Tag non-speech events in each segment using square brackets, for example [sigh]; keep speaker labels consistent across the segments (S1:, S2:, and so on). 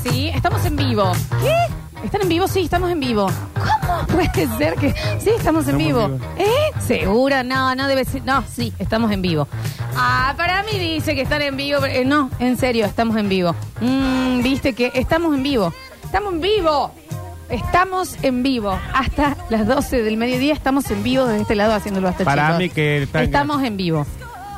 S1: Sí, estamos en vivo. ¿Qué? ¿Están en vivo? Sí, estamos en vivo. ¿Cómo puede ser que.? Sí, estamos en
S2: Estamos
S1: vivo.
S2: en vivo.
S1: ¿Eh? ¿Segura? No, no debe ser. No, sí, estamos en vivo. Ah, para mí dice que están en vivo. pero, eh, no, en serio, estamos en vivo. Mm, Viste que estamos en vivo. Estamos en vivo. Estamos en vivo. Hasta las 12 del mediodía estamos en vivo desde este lado haciéndolo hasta
S2: Para
S1: chicos.
S2: mí que están-
S1: Estamos en vivo.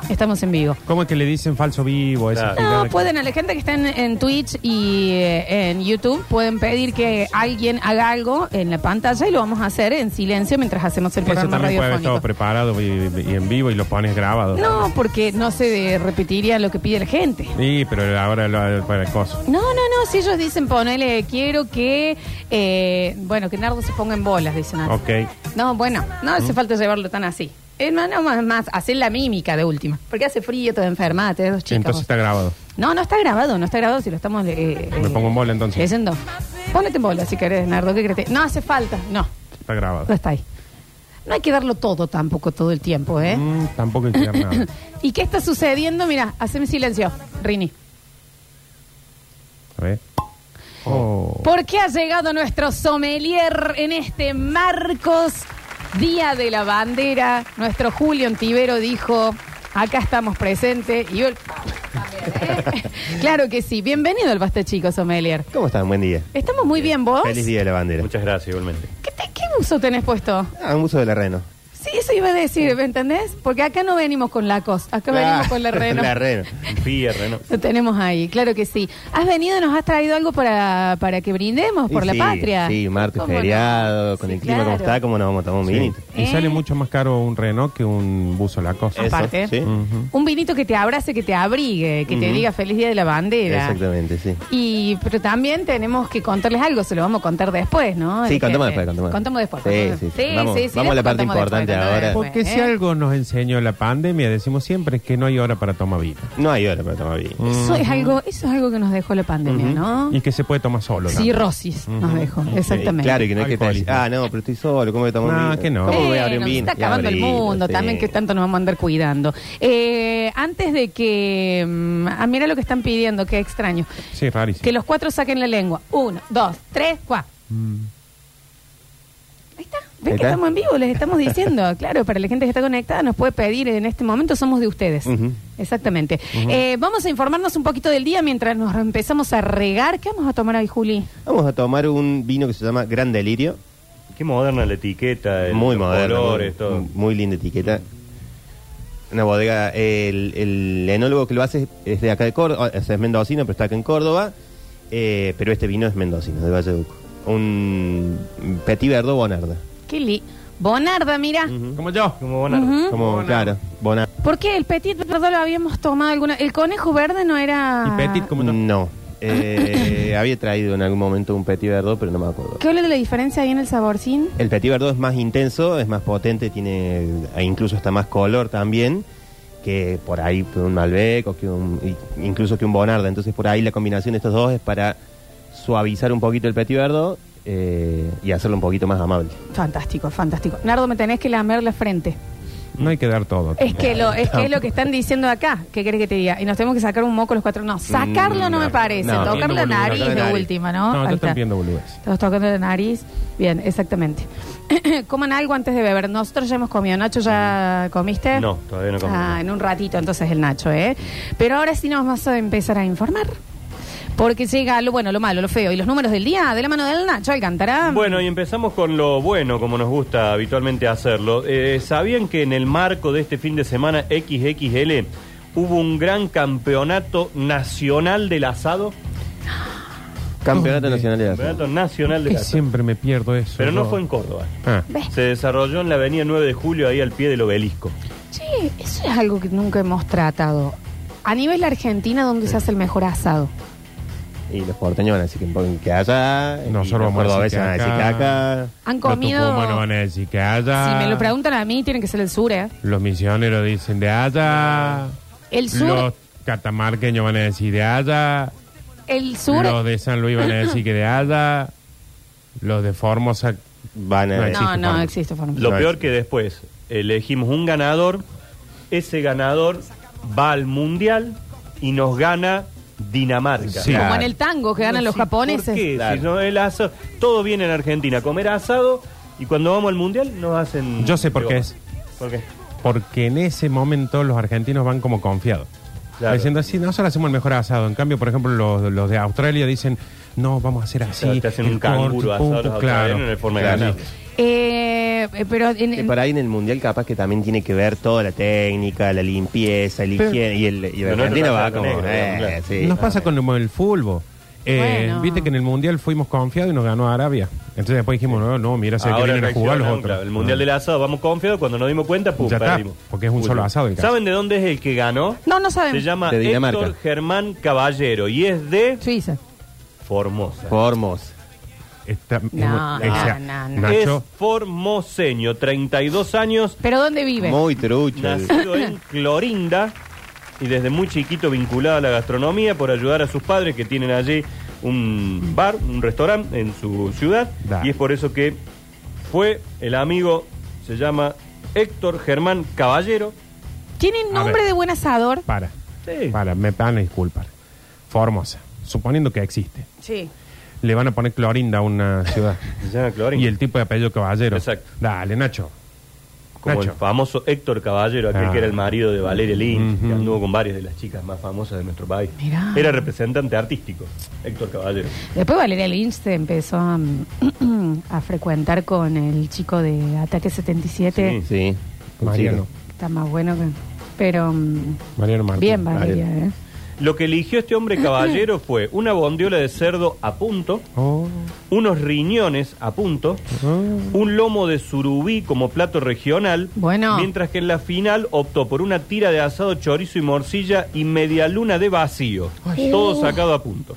S1: Estamos en vivo.
S2: ¿Cómo es que le dicen falso vivo? Esa
S3: Claro.
S2: figura
S1: No,
S2: de-
S1: pueden, a la gente que está en, en Twitch y eh, en YouTube, pueden pedir que alguien haga algo en la pantalla y lo vamos a hacer en silencio mientras hacemos el
S2: Eso
S1: programa
S2: también puede haber estado
S1: radiofónico.
S2: preparado y, y en vivo y lo pones grabado.
S1: No, porque no se eh, repetiría lo que pide la gente.
S2: Sí, pero ahora lo, para el coso.
S1: No, no, no, si ellos dicen, ponele, quiero que, eh, bueno, que Nardo se ponga en bolas, dicen así.
S2: Ok.
S1: No, bueno, no hace falta llevarlo tan así. Eh, no, no, más, más, hacer la mímica de última. Porque hace frío, todo enferma, te dos chicas.
S2: Entonces está grabado.
S1: No, no está grabado, no está grabado si lo estamos eh,
S2: Me
S1: eh,
S2: pongo en bola, entonces.
S1: Leyendo. Ponete en bola si querés, Nardo, ¿qué crees? No hace falta, no,
S2: Está grabado.
S1: no está ahí. No hay que darlo todo tampoco, todo el tiempo, ¿eh?
S2: Mm, tampoco
S1: [laughs]
S2: hay que dar nada.
S1: [clears throat] ¿Y qué está sucediendo? Mira, haceme silencio, Rini.
S2: A ver. Oh.
S1: ¿Por qué ha llegado nuestro sommelier en este Marcos Día de la Bandera? Nuestro Julio Ontivero dijo, acá estamos presentes. Y yo, también, ¿eh? [laughs] claro que sí. Bienvenido al Basta Chico, sommelier.
S4: ¿Cómo están? Buen día.
S1: Estamos muy bien, vos.
S4: Feliz día de la bandera.
S3: Muchas gracias, igualmente.
S1: ¿Qué, te- qué buzo tenés puesto?
S4: Ah, un uso de la Reno.
S1: Sí, eso iba a decir, ¿me entendés? Porque acá no venimos con lacos, acá venimos
S4: Ah, [laughs]
S1: con la reno.
S4: La Reno.
S3: Pierre, ¿no?
S1: Lo tenemos ahí, claro que sí. Has venido, nos has traído algo para, para que brindemos por
S4: Y
S1: la
S4: sí,
S1: patria.
S4: Sí, martes
S1: ¿Cómo no?
S4: feriado, con
S1: Sí,
S4: el clima como
S1: claro.
S4: está, cómo nos vamos a tomar un
S2: Sí.
S4: vinito.
S2: Y
S1: Eh.
S2: sale mucho más caro un Renault que un buzo la cosa.
S4: Eso,
S1: Aparte,
S2: eh.
S4: sí.
S2: Ujú.
S1: un vinito que te abrace, que te abrigue, que te diga feliz día de la bandera.
S4: Exactamente, sí.
S1: Y, pero también tenemos que contarles algo, se lo vamos a contar después, ¿no?
S4: Sí,
S1: De que-
S4: contamos
S1: eh,
S4: después, contamos.
S1: Contamos después.
S4: Sí,
S1: contamos-
S4: sí, sí. Vamos- vamos a la
S1: después
S4: parte
S1: contamos
S4: importante
S1: contamos
S4: ahora.
S2: Porque si
S1: ¿eh?
S2: algo nos enseñó la pandemia, decimos siempre que no hay hora para tomar vino.
S4: No hay hora para tomar vino.
S2: Mm.
S1: Eso es algo, eso es algo que nos dejó la pandemia, ¿no?
S2: Y que se puede tomar solo. también.
S1: Cirrosis nos dejó,
S4: Eh,
S1: exactamente.
S4: Claro, y que no hay que estar
S2: Alcohólico.
S4: Ah, no, pero estoy solo, ¿cómo voy a tomar
S2: No,
S4: un vino?
S2: que no.
S4: ¿Cómo voy a
S1: Bueno,
S4: abrir un
S1: se
S4: vino?
S1: Eh, está acabando el
S4: Abrirlo,
S1: mundo
S4: sí.
S1: también, que tanto nos vamos a andar cuidando. Eh, antes de que... mm, ah, mira lo que están pidiendo, qué extraño.
S2: Sí, rarísimo.
S1: Que los cuatro saquen la lengua. Uno, dos, tres, cuatro.
S2: Mm.
S1: Ahí está. ¿Ven
S4: Ahí
S1: que
S4: está.
S1: estamos en vivo? Les estamos diciendo.
S4: [laughs]
S1: claro, para la gente que está conectada nos puede pedir en este momento, somos de ustedes.
S4: Ujú.
S1: Exactamente. Eh, vamos a informarnos un poquito del día mientras nos empezamos a regar. ¿Qué vamos a tomar hoy, Juli?
S4: Vamos a tomar un vino que se llama Gran Delirio.
S3: Qué moderna la etiqueta, el-
S4: Muy
S3: los
S4: moderno.
S3: colores,
S4: muy-
S3: todo.
S4: Muy linda etiqueta. Una bodega. El, el enólogo que lo hace es- es de acá de Córdoba, o sea, es mendocino, pero está acá en Córdoba. Eh, pero este vino es mendocino, de Valleduco. Un Petit Verdot Bonarda.
S1: Qué li- Bonarda, mira.
S2: Como yo.
S3: Como Bonardo.
S4: Como, claro, Bonarda.
S1: ¿Por qué el Petit Verdot lo habíamos tomado alguna? El conejo verde no era.
S2: Y Petit como yo.
S3: [laughs]
S4: No. Eh, había traído en algún momento un Petit Verdot, pero no me acuerdo.
S1: ¿Qué habla de la diferencia ahí en el saborcín?
S4: El Petit Verdot es más intenso, es más potente, tiene e incluso hasta más color también que por ahí que un Malbec o que un, i- incluso que un Bonarda. Entonces por ahí la combinación de estos dos es para suavizar un poquito el Petit Verdot eh, y hacerlo un poquito más amable.
S1: Fantástico, fantástico. Nardo, me tenés que lamer la frente.
S2: No hay que dar todo.
S1: Es que, lo, es que es lo que están diciendo acá. ¿Qué querés que te diga? Y nos tenemos que sacar un moco los cuatro. No, sacarlo no,
S4: Mm,
S1: me
S4: no.
S1: parece.
S4: No,
S1: tocar
S2: viendo
S1: la
S2: boludeces,
S1: nariz
S4: tocar la
S1: de
S4: nariz.
S1: última, ¿no?
S2: No,
S1: Ahí
S2: yo
S1: está.
S2: estoy viendo boludez.
S1: Estamos tocando la nariz. Bien, exactamente. [clears throat] Coman algo antes de beber. Nosotros ya hemos comido. Nacho, ¿ya comiste?
S3: Mm. No, todavía no comí.
S1: Ah, en un ratito entonces el Nacho, ¿eh? Pero ahora sí nos vamos a empezar a informar. Porque llega lo bueno, lo malo, lo feo y los números del día de la mano del Nacho Alcántara.
S3: Bueno, y empezamos con lo bueno, como nos gusta habitualmente hacerlo. Eh, ¿Sabían que en el marco de este fin de semana XXL hubo un gran campeonato nacional del asado?
S4: Campeonato Nacional de Asado.
S3: Campeonato nacional del
S2: Que
S3: asado.
S2: siempre me pierdo eso.
S3: Pero no
S2: yo.
S3: fue en Córdoba.
S2: Ah.
S1: ¿Ves?
S3: Se desarrolló en la avenida 9 de julio, ahí al pie del obelisco.
S1: Che, eso es algo que nunca hemos tratado. A nivel Argentina, ¿dónde se hace el mejor asado?
S4: Y los porteños van a decir que, ponen que allá, y
S2: Nosotros
S4: los
S2: vamos a
S4: cordobeses
S2: decir
S4: van a
S2: que
S4: decir que
S2: acá.
S4: acá.
S1: Han
S2: Los
S1: comido.
S2: tucumanos van a decir que allá.
S1: Si
S3: Ah.
S1: me lo preguntan a mí, tienen que ser el sur, ¿eh?
S2: Los misioneros dicen de allá.
S1: El sur,
S2: Los catamarqueños van a decir de allá.
S1: el sur.
S2: Los de San Luis van a decir que de allá. Los de Formosa.
S4: Van a
S2: No,
S4: decir-
S1: no, no
S2: forma.
S1: existe forma.
S3: Lo
S4: No,
S3: peor
S4: es-
S3: que después elegimos un ganador, ese ganador va al mundial y nos gana Dinamarca.
S2: Sí.
S1: Como
S2: Claro.
S1: en el tango que ganan los
S3: Sí, ¿por
S1: japoneses.
S3: qué?
S4: Claro.
S3: Si no, el asado, todo viene en Argentina, comer asado y cuando vamos al mundial nos hacen.
S2: Yo sé por qué
S3: Digo,
S2: es.
S3: ¿Por qué?
S2: Porque en ese momento los argentinos van como confiados.
S3: Claro.
S2: Diciendo así, nosotros hacemos el mejor asado. En cambio, por ejemplo, los, los de Australia dicen, no, vamos a hacer así.
S3: Claro, te hacen
S2: el
S3: un canguro
S2: corte, pum,
S3: asado,
S2: pum,
S3: los
S2: claro.
S3: australianos en el forma de
S2: Claro.
S3: ganarlo.
S1: Eh, eh, pero en-
S4: Que
S1: en-
S4: por ahí en el mundial capaz que también tiene que ver toda la técnica, la limpieza, el
S2: Pero-
S4: higiene y el y
S3: Pero no
S4: Argentina
S3: nos
S4: va
S3: pasa
S4: como
S3: negro,
S4: eh,
S3: digamos, claro.
S4: sí.
S2: Nos pasa con el, el fútbol. Eh,
S1: Bueno.
S2: Viste que en el Mundial fuimos confiados y nos ganó Arabia. Entonces después dijimos, no, no, mira, se
S3: Ahora
S2: vienen a jugar los
S3: reaccionan,
S2: otros. Ah.
S3: claro, el mundial del asado, vamos confiados, cuando nos dimos cuenta, pum,
S2: Ya está,
S3: perdimos.
S2: porque es un solo asado el caso.
S3: ¿Saben de dónde es el que ganó?
S1: no, no
S3: Se
S1: saben.
S3: llama
S4: De Dinamarca.
S3: Héctor Germán Caballero y es de
S1: Suiza.
S3: Formosa.
S4: Formos.
S2: Está-
S1: No,
S2: es- o sea,
S1: no, no.
S2: Nacho,
S3: Es formoseño, 32 años,
S1: ¿Pero dónde vive?
S4: Muy trucho. el-
S2: [coughs]
S3: Nacido en Clorinda y desde muy chiquito vinculado a la gastronomía por ayudar a sus padres que tienen allí un bar, un restaurante en su ciudad.
S2: Da.
S3: Y es por eso que fue el amigo, se llama Héctor Germán Caballero.
S1: Tiene nombre
S2: ver.
S1: de buen asador.
S2: para,
S3: Sí.
S2: para, me van a disculpar. Formosa, suponiendo que existe.
S1: Sí.
S2: Le van a poner Clorinda a una
S1: [laughs]
S2: ciudad.
S3: Se llama Clorinda.
S2: y el tipo de apellido Caballero.
S3: Exacto.
S2: Dale, Nacho.
S3: Como
S2: Nacho.
S3: el famoso Héctor Caballero, aquel
S2: Ah.
S3: que era el marido de Valeria Lynch, que
S2: Ujú.
S3: anduvo con varias de las chicas más famosas de nuestro país.
S1: Mirá.
S3: Era representante artístico, Héctor Caballero.
S1: Después Valeria Lynch se empezó a, [clears throat] a frecuentar con el chico de Ataque 77.
S4: Sí.
S2: Mariano.
S1: Está más bueno que... Pero... mm,
S2: Mariano Martín.
S1: bien, Valeria, ¿eh?
S3: Lo que eligió
S2: [coughs]
S3: este hombre caballero fue una bondiola de cerdo a punto,
S2: Oh,
S3: unos riñones a punto,
S2: oh.
S3: un lomo de surubí como plato regional,
S1: Bueno.
S3: mientras que en la final optó por una tira de asado chorizo y morcilla y media luna de vacío, todo sacado a punto.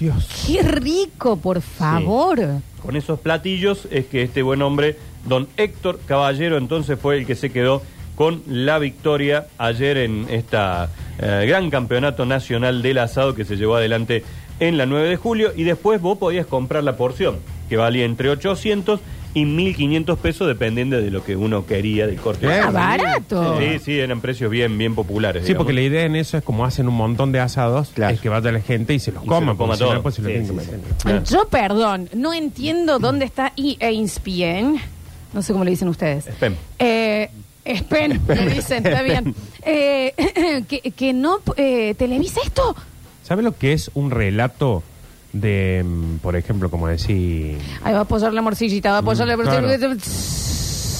S2: Dios.
S1: ¡Qué rico, por favor!
S3: Con esos platillos es que este buen hombre, don Héctor Caballero, entonces fue el que se quedó con la victoria ayer en esta eh, gran campeonato nacional del asado que se llevó adelante en la 9 de julio y después vos podías comprar la porción que valía entre 800 y 1500 pesos dependiendo de lo que uno quería del corte.
S2: Bien.
S1: ¡Ah, barato!
S3: Sí, sí, eran precios bien bien populares.
S2: Sí,
S3: digamos.
S2: porque la idea en eso es como hacen un montón de asados,
S4: Claro.
S2: es que vaya la gente y se los
S3: Y se
S2: coma,
S3: lo coma
S2: porque si no,
S3: todo.
S2: pues, se lo
S3: Sí,
S2: tienen que
S3: sí,
S2: meter.
S3: Claro.
S1: Yo, perdón, no entiendo dónde está ESPN. No sé cómo le dicen ustedes.
S3: Spem.
S1: Eh,
S3: [laughs]
S1: Spen, le dicen, está bien. Eh, [laughs] que, que no eh, televisa esto.
S2: ¿Sabe lo que es un relato de, mm, por ejemplo, como decir...
S1: Ahí va a apoyar la morcillita, va a apoyar la
S2: Mm,
S1: morcilla.
S2: claro.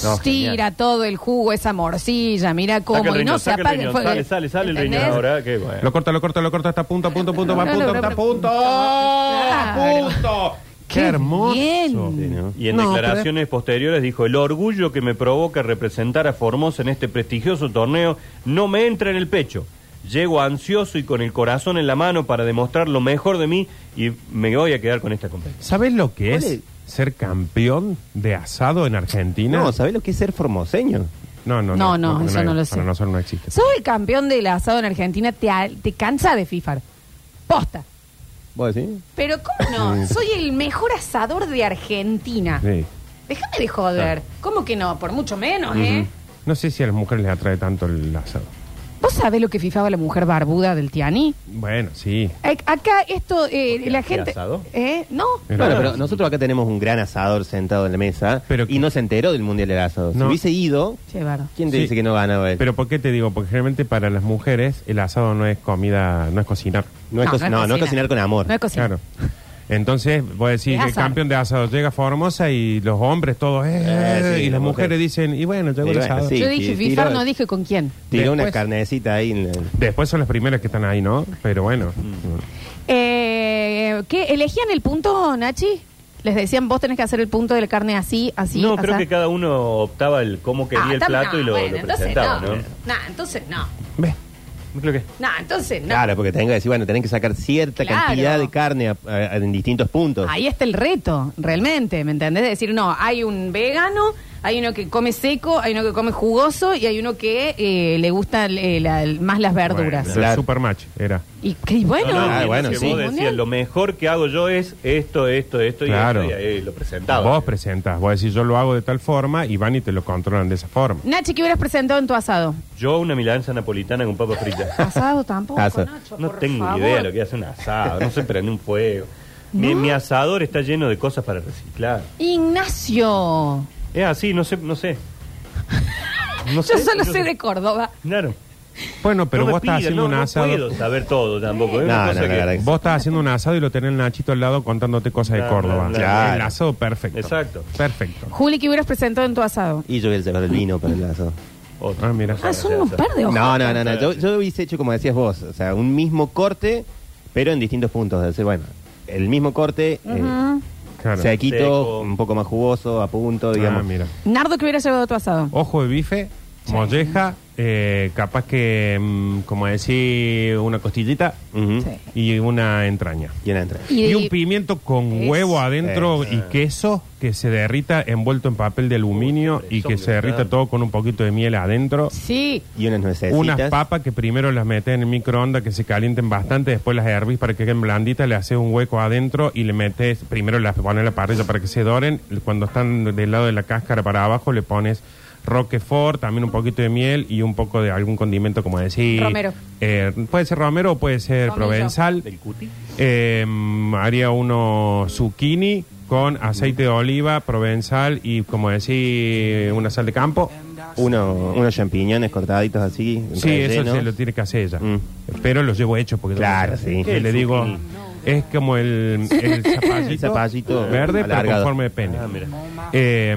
S3: No,
S1: Tira
S3: genial.
S1: todo el jugo, esa morcilla, mira cómo.
S3: Saca el
S1: y
S3: riñón,
S1: no se
S3: saca el
S1: apaga el
S3: riñón,
S1: fuego.
S3: sale, sale, sale el riñón
S1: ¿Entendés?
S3: ahora. qué bueno.
S2: Lo corta, lo corta, lo corta, está a punto, a punto, a punto, a punto, está a punto, está a
S1: Claro.
S2: punto. ¡Qué,
S1: Qué
S2: hermoso!
S1: bien.
S4: Sí, ¿no?
S3: Y en
S2: No,
S3: declaraciones posteriores dijo, el orgullo que me provoca representar a Formosa en este prestigioso torneo no me entra en el pecho. Llego ansioso y con el corazón en la mano para demostrar lo mejor de mí y me voy a quedar con esta competencia.
S2: ¿Sabes lo que
S4: ¿Cuál
S2: es
S4: es?
S2: ser campeón de asado en Argentina?
S4: No, ¿sabés lo que es ser formoseño?
S2: no, no,
S1: No, no,
S2: porque
S1: eso no
S2: hay-
S1: lo sé.
S2: Para nosotros no existe.
S1: Sos el campeón del asado en Argentina, te, al- te cansa de fifar. Posta.
S4: ¿Vos decís?
S1: Pero ¿cómo no? Soy el mejor asador de Argentina.
S2: Sí.
S1: Déjame de joder. ¿Cómo que no? Por mucho menos, ¿eh?
S2: No sé si a las mujeres les atrae tanto el asado.
S1: ¿Vos sabés lo que fifaba la mujer barbuda del Tiani?
S2: Bueno, sí.
S1: Ac- Acá esto, eh,
S3: ¿Qué
S1: la
S3: hacía
S1: gente...
S3: asado?
S1: ¿Eh? No.
S2: Pero-
S4: Bueno, pero nosotros acá tenemos un gran asador sentado en la mesa
S2: Pero-
S4: y no se enteró del Mundial del Asado. Si
S2: No.
S4: hubiese ido,
S1: Sí, es verdad.
S4: ¿quién te
S2: Sí.
S4: dice que no pues? ganaba él?
S2: Pero ¿por qué te digo? Porque generalmente para las mujeres el asado no es comida, no es cocinar.
S4: no, es
S1: No,
S4: co-
S1: no es
S4: no, no es
S1: cocinar.
S4: cocinar con amor.
S1: No es cocinar.
S2: Claro. Entonces, voy a decir,
S1: Es
S2: el
S1: asar.
S2: campeón de asado llega a Formosa y los hombres todos, eh,
S4: Eh, sí,
S2: y las mujeres
S4: las mujeres.
S2: dicen, y bueno, llegó
S4: Y
S2: el
S4: bueno,
S2: asado.
S4: sí.
S1: Yo dije
S4: sí,
S1: fifar,
S4: tiro-
S1: no dije con quién.
S4: Tiró una
S2: Después-
S4: carnecita ahí. en la-
S2: Después son las primeras que están ahí, ¿no? Pero bueno.
S4: Mm.
S1: Eh, ¿Qué? ¿Elegían el punto, Nachi? Les decían, vos tenés que hacer el punto de la carne así, así,
S3: no, creo
S1: asá.
S3: que cada uno optaba el cómo quería
S1: Ah,
S3: el
S1: tam-
S3: plato
S1: no,
S3: y lo,
S1: bueno,
S3: lo
S1: entonces
S3: presentaba,
S1: no.
S3: ¿no?
S1: Nah, entonces no.
S2: Ve.
S3: Creo que-
S1: Nah, entonces no.
S4: Claro, porque tengo que decir, bueno, tenés que sacar cierta
S1: Claro.
S4: cantidad de carne a- a- a- en distintos puntos.
S1: Ahí está el reto, realmente, ¿me entendés? Decir, no, hay un vegano, Hay uno que come seco, hay uno que come jugoso y hay uno que eh, le gustan eh, la- más las verduras.
S2: Bueno,
S4: Claro.
S2: Supermatch era.
S1: Y qué bueno.
S3: No, no,
S4: Ah,
S3: que-
S4: bueno,
S3: que
S4: sí.
S3: vos
S1: Mundial.
S3: decías, lo mejor que hago yo es esto, esto, esto y
S2: Claro.
S3: esto, y ahí lo presentaba.
S2: Vos presentas, vos decís yo lo hago de tal forma y van y te lo controlan de esa forma.
S1: Nachi, ¿qué hubieras presentado en tu asado?
S3: Yo una milanza napolitana con papas fritas.
S1: Asado tampoco,
S4: Asado.
S1: Nacho,
S3: No
S1: por
S3: tengo
S1: favor.
S3: idea de lo que hace un asado, no sé prende
S1: [laughs]
S3: un fuego. Mi, mi asador está lleno de cosas para reciclar.
S1: Ignacio.
S3: Es así, no sé, no sé.
S1: [laughs]
S3: No
S1: Yo solo
S3: no
S1: sé de Córdoba.
S3: Claro.
S2: Bueno, pero
S3: No me
S2: vos estás
S3: pidas,
S2: haciendo
S3: no-
S2: un asado.
S3: No puedo saber todo tampoco. es
S4: No,
S3: una
S4: no, no,
S3: cosa que-
S4: la verdad que-
S2: Vos estás haciendo un asado y lo tenés el Nachito al lado contándote cosas de
S3: Claro,
S2: Córdoba.
S3: claro.
S2: El asado perfecto.
S3: Exacto.
S2: Perfecto.
S1: Juli, ¿qué hubieras presentado en tu asado?
S4: Y yo voy a llevar el vino para el asado.
S3: Otra.
S2: Ah, mira.
S1: Ah, son un par de
S4: No,
S1: ojos.
S4: no, no, no. Yo, yo hubiese hecho como decías vos, o sea, un mismo corte, pero en distintos puntos. Es decir, bueno, el mismo corte, eh,
S2: Claro.
S4: sequito,
S3: Seco.
S4: un poco más jugoso, a punto, digamos.
S2: Ah, mira.
S1: Nardo, ¿qué hubieras llevado a tu asado?
S2: Ojo de bife, molleja, eh, capaz que, mm, como decir, una costillita
S3: Mm.
S4: Ujú.
S1: Sí.
S2: y una entraña.
S4: Y una entrada.
S2: Y, un pimiento con
S1: Es-
S2: huevo adentro y queso que se derrita envuelto en papel de aluminio
S3: qué
S2: y que
S3: presón,
S2: se derrita
S3: claro.
S2: todo con un poquito de miel adentro.
S1: Sí.
S4: Y unas nuecesitas.
S2: Unas papas que primero las metes en el microondas que se calienten bastante, después las hervís para que queden blanditas, le haces un hueco adentro y le metes, primero las pones en la parrilla para que se doren, cuando están del lado de la cáscara para abajo le pones roquefort, también un poquito de miel y un poco de algún condimento como decir...
S1: Romero.
S2: Eh, puede ser romero o puede ser
S1: Tomillo.
S2: provenzal.
S3: ¿Del cuti?
S2: Eh, haría uno zucchini con aceite de oliva, provenzal y como decir una sal de campo.
S4: Uno- unos champiñones cortaditos así.
S2: Sí, eso
S4: rellenos.
S2: se lo tiene que hacer ella.
S4: Mm.
S2: Pero lo llevo hecho porque...
S4: Claro, sí.
S2: Que le digo, es como el, el zapallito,
S4: [laughs] El zapallito
S2: verde, pero
S4: alargado.
S2: con forma de pene.
S3: Ah, mira.
S2: Eh,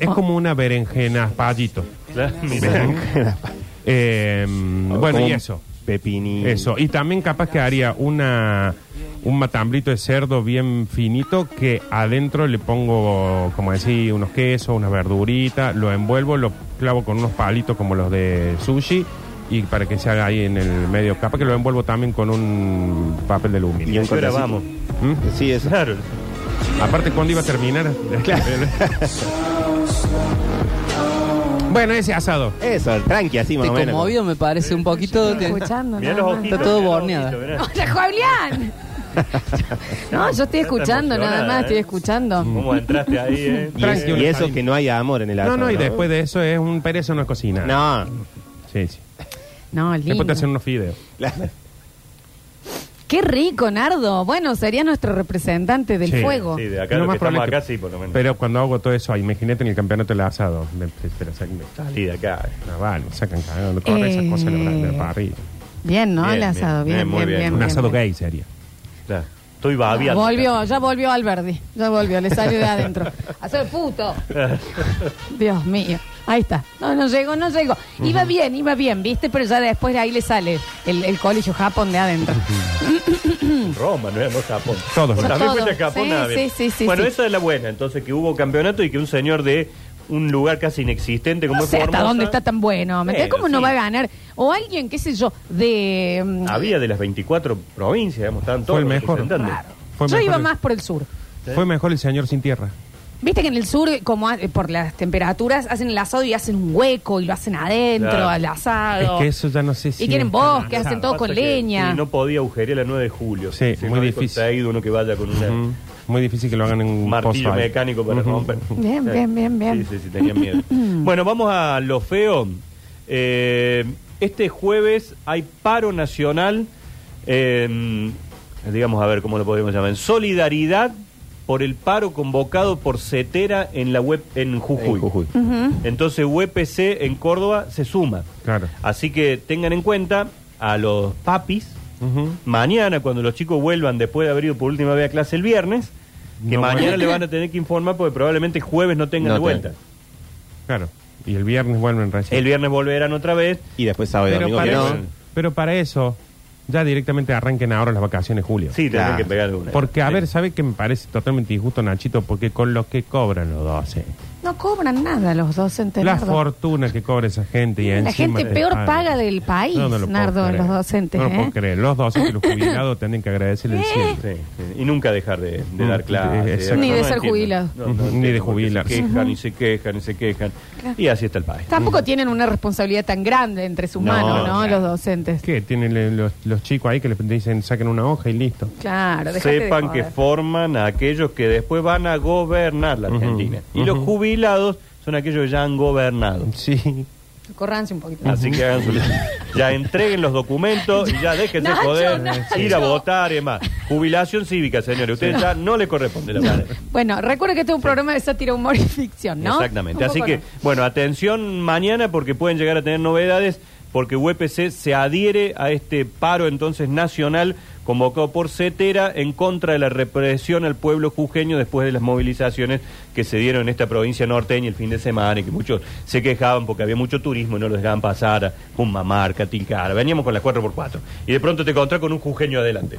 S2: es como una berenjena, pallito.
S3: Claro,
S1: [laughs]
S4: [laughs]
S3: mira.
S2: Eh, bueno,
S4: Como
S2: y eso.
S4: Pepini.
S2: Eso. Y también capaz que haría una un matambrito de cerdo bien finito que adentro le pongo, como decir, unos quesos, unas verduritas, lo envuelvo, lo clavo con unos palitos como los de sushi y para que se haga ahí en el medio. Capaz que lo envuelvo también con un papel de
S4: Y
S2: aluminio.
S4: un
S3: ¿Qué hora
S4: cortecito.
S3: vamos?
S2: ¿Mm?
S4: Sí, eso.
S3: Claro.
S2: Aparte, ¿cuándo iba a
S4: [laughs]
S2: terminar? [laughs] bueno, ese asado.
S4: Eso, tranqui, así más
S5: Te
S4: o menos.
S5: conmovió, me parece, un poquito. te-
S1: Escuchando.
S3: Mirá
S1: nada
S3: los
S1: más.
S3: ojitos.
S5: Está todo
S3: mirá los
S5: borneado.
S3: ojitos,
S1: [laughs]
S3: mirá.
S1: ¡Hola, Julián! No, yo estoy escuchando, nada
S3: emocionada,
S1: más,
S3: ¿eh?
S1: estoy escuchando.
S3: ¿Cómo entraste ahí, eh?
S4: Y, es-
S2: Tranqui,
S4: y
S2: una
S4: eso
S2: salida.
S4: que no hay amor en el asado.
S2: No, no, y después de eso es un pereza no es cocina.
S4: No. [laughs]
S2: Sí, sí.
S1: No,
S2: Después te
S1: lindo.
S2: hacen unos fideos.
S4: Claro.
S1: Qué rico, Nardo. Bueno, sería nuestro representante del
S2: Sí,
S1: fuego.
S3: Sí, de acá
S2: Lo
S3: lo
S2: más
S3: que estamos
S2: probable
S3: acá
S2: es que-
S3: sí, por lo menos.
S2: Pero cuando hago todo eso, ahí, imagínate en el campeonato del asado. Me, espera, sac- me,
S3: Salí de acá. eh.
S2: no, vale, me sacan cagando, corre esas cosas de la, de la parrilla.
S1: Bien, ¿no?
S3: Bien,
S1: el asado, bien, bien,
S3: bien, muy
S1: Eh, bien.
S3: bien.
S2: Un asado
S1: bien.
S2: gay sería.
S3: Claro. Estoy babiando. [laughs]
S1: Volvió, ya volvió Alberdi. Ya volvió, le salió de adentro. Hacer puto. Dios mío. Ahí está. No, no llegó, no llegó. Iba bien, iba bien, ¿viste? Pero ya después de ahí le sale el, el colegio Japón de adentro.
S3: Roma, no era no Japón.
S2: Todos.
S3: O también
S1: Todos.
S3: fuiste a Japón.
S1: Sí,
S3: nada bien.
S1: sí, sí, sí,
S3: bueno,
S1: sí.
S3: esa es la buena, entonces, que hubo campeonato y que un señor de un lugar casi inexistente como
S1: No
S3: es
S1: sé hasta
S3: Formosa-
S1: dónde está tan bueno. ¿Me entiendes?
S3: Bueno,
S1: ¿Cómo no
S3: sí.
S1: va a ganar? O alguien, qué sé yo, de... mm,
S3: Había de las 24 provincias, digamos, estaban todos
S2: Fue el
S3: los
S2: mejor.
S3: representantes.
S2: Fue
S1: Yo
S2: mejor
S1: iba
S2: el-
S1: más por el sur.
S2: Fue mejor el señor sin tierra.
S1: Viste que en el sur, como ha- por las temperaturas, hacen el asado y hacen un hueco y lo hacen adentro
S3: Claro.
S1: al
S2: Es
S1: asado.
S2: que eso ya no sé si.
S1: Y quieren
S2: es
S1: bosque,
S2: asado.
S1: hacen todo
S3: Ah, Pasa
S1: con
S3: que,
S1: leña.
S3: sí, no podía agujerear la 9 de julio.
S2: Sí,
S3: Si
S2: muy
S3: no,
S2: difícil.
S3: Ha ido uno que vaya con una-
S2: Mm, Muy difícil que lo hagan en
S3: un
S2: un
S3: martillo
S2: pozo ahí.
S3: mecánico para
S2: Ujú.
S3: romper.
S1: Bien,
S3: Sí.
S1: bien, bien, bien. Mm.
S3: Sí, sí, sí,
S1: [laughs]
S3: tenía miedo. bueno, vamos a lo feo. Eh, este jueves hay paro nacional, eh, digamos, a ver cómo lo podemos llamar, en solidaridad por el paro convocado por Cetera en la web en Jujuy.
S4: En Jujuy.
S3: Entonces UPC en Córdoba se suma.
S2: Claro.
S3: Así que tengan en cuenta a los papis
S2: Ujú.
S3: mañana, cuando los chicos vuelvan después de haber ido por última vez a clase el viernes, que
S2: No
S3: mañana
S2: van.
S3: le van a tener que informar porque probablemente jueves no tengan
S4: No
S3: de vuelta.
S4: tengan.
S2: Claro. Y el viernes vuelven recién.
S3: El viernes volverán otra vez.
S4: Y después sábado y
S2: pero,
S4: domingo
S2: para
S4: que no.
S2: eso, pero para eso, ya directamente arranquen ahora las vacaciones, Julio.
S3: Sí, tendrán
S4: Claro.
S3: que pegar una.
S2: Porque, a
S3: Sí.
S2: ver, ¿sabe qué me parece totalmente injusto, Nachito? Porque con lo que cobran los eh. 12,
S1: No cobran nada los docentes.
S2: La
S1: Nardo.
S2: fortuna que cobra esa gente y
S1: La
S2: encima
S1: gente
S2: te
S1: peor
S2: pagan.
S1: paga del país,
S2: No, no lo puedo
S1: Nardo,
S2: creer.
S1: los docentes.
S2: No lo
S1: ¿eh?
S2: puedo creer. Los docentes y los jubilados tienen que agradecerle siempre.
S3: Sí, sí. Y nunca dejar de, de
S2: Mm,
S3: dar
S2: sí,
S3: clases.
S2: exacto.
S1: Ni de
S3: No
S1: ser
S3: entiendo.
S1: jubilado.
S3: No,
S2: Ni
S3: no entiendo
S2: de
S3: por qué
S2: jubilarse.
S3: Se quejan y se quejan y se quejan. Y así está el país.
S1: Tampoco tienen una responsabilidad tan grande entre sus
S4: No,
S1: manos, ¿no?
S4: claro.
S1: Los docentes.
S2: ¿Qué? Tienen le- los, los chicos ahí que les dicen saquen una hoja y listo.
S1: Claro, dejate de
S3: Sepan que
S1: joder.
S3: forman a aquellos que después van a gobernar la Argentina. Y los jubilados son aquellos que ya han gobernado.
S2: Sí.
S1: Corranse un poquito.
S3: Así que hagan su...
S1: [laughs]
S3: [laughs] Ya entreguen los documentos y ya déjense
S1: Nacho,
S3: joder,
S1: Nacho.
S3: ir a votar y demás. Jubilación cívica, señores. Ustedes ya no le corresponde la verdad.
S1: Bueno, recuerda que este es un programa de sátira, humor y ficción, ¿no?
S3: Exactamente.
S1: Un
S3: Así
S1: poco
S3: que,
S1: no.
S3: bueno, atención mañana porque pueden llegar a tener novedades porque UPC se adhiere a este paro entonces nacional convocado por CETERA en contra de la represión al pueblo jujeño después de las movilizaciones que se dieron en esta provincia norteña el fin de semana y que muchos se quejaban porque había mucho turismo y no los dejaban pasar a Pumamarca, Tilcara. Veníamos con las 4x4 y de pronto te encontrás con un jujeño adelante.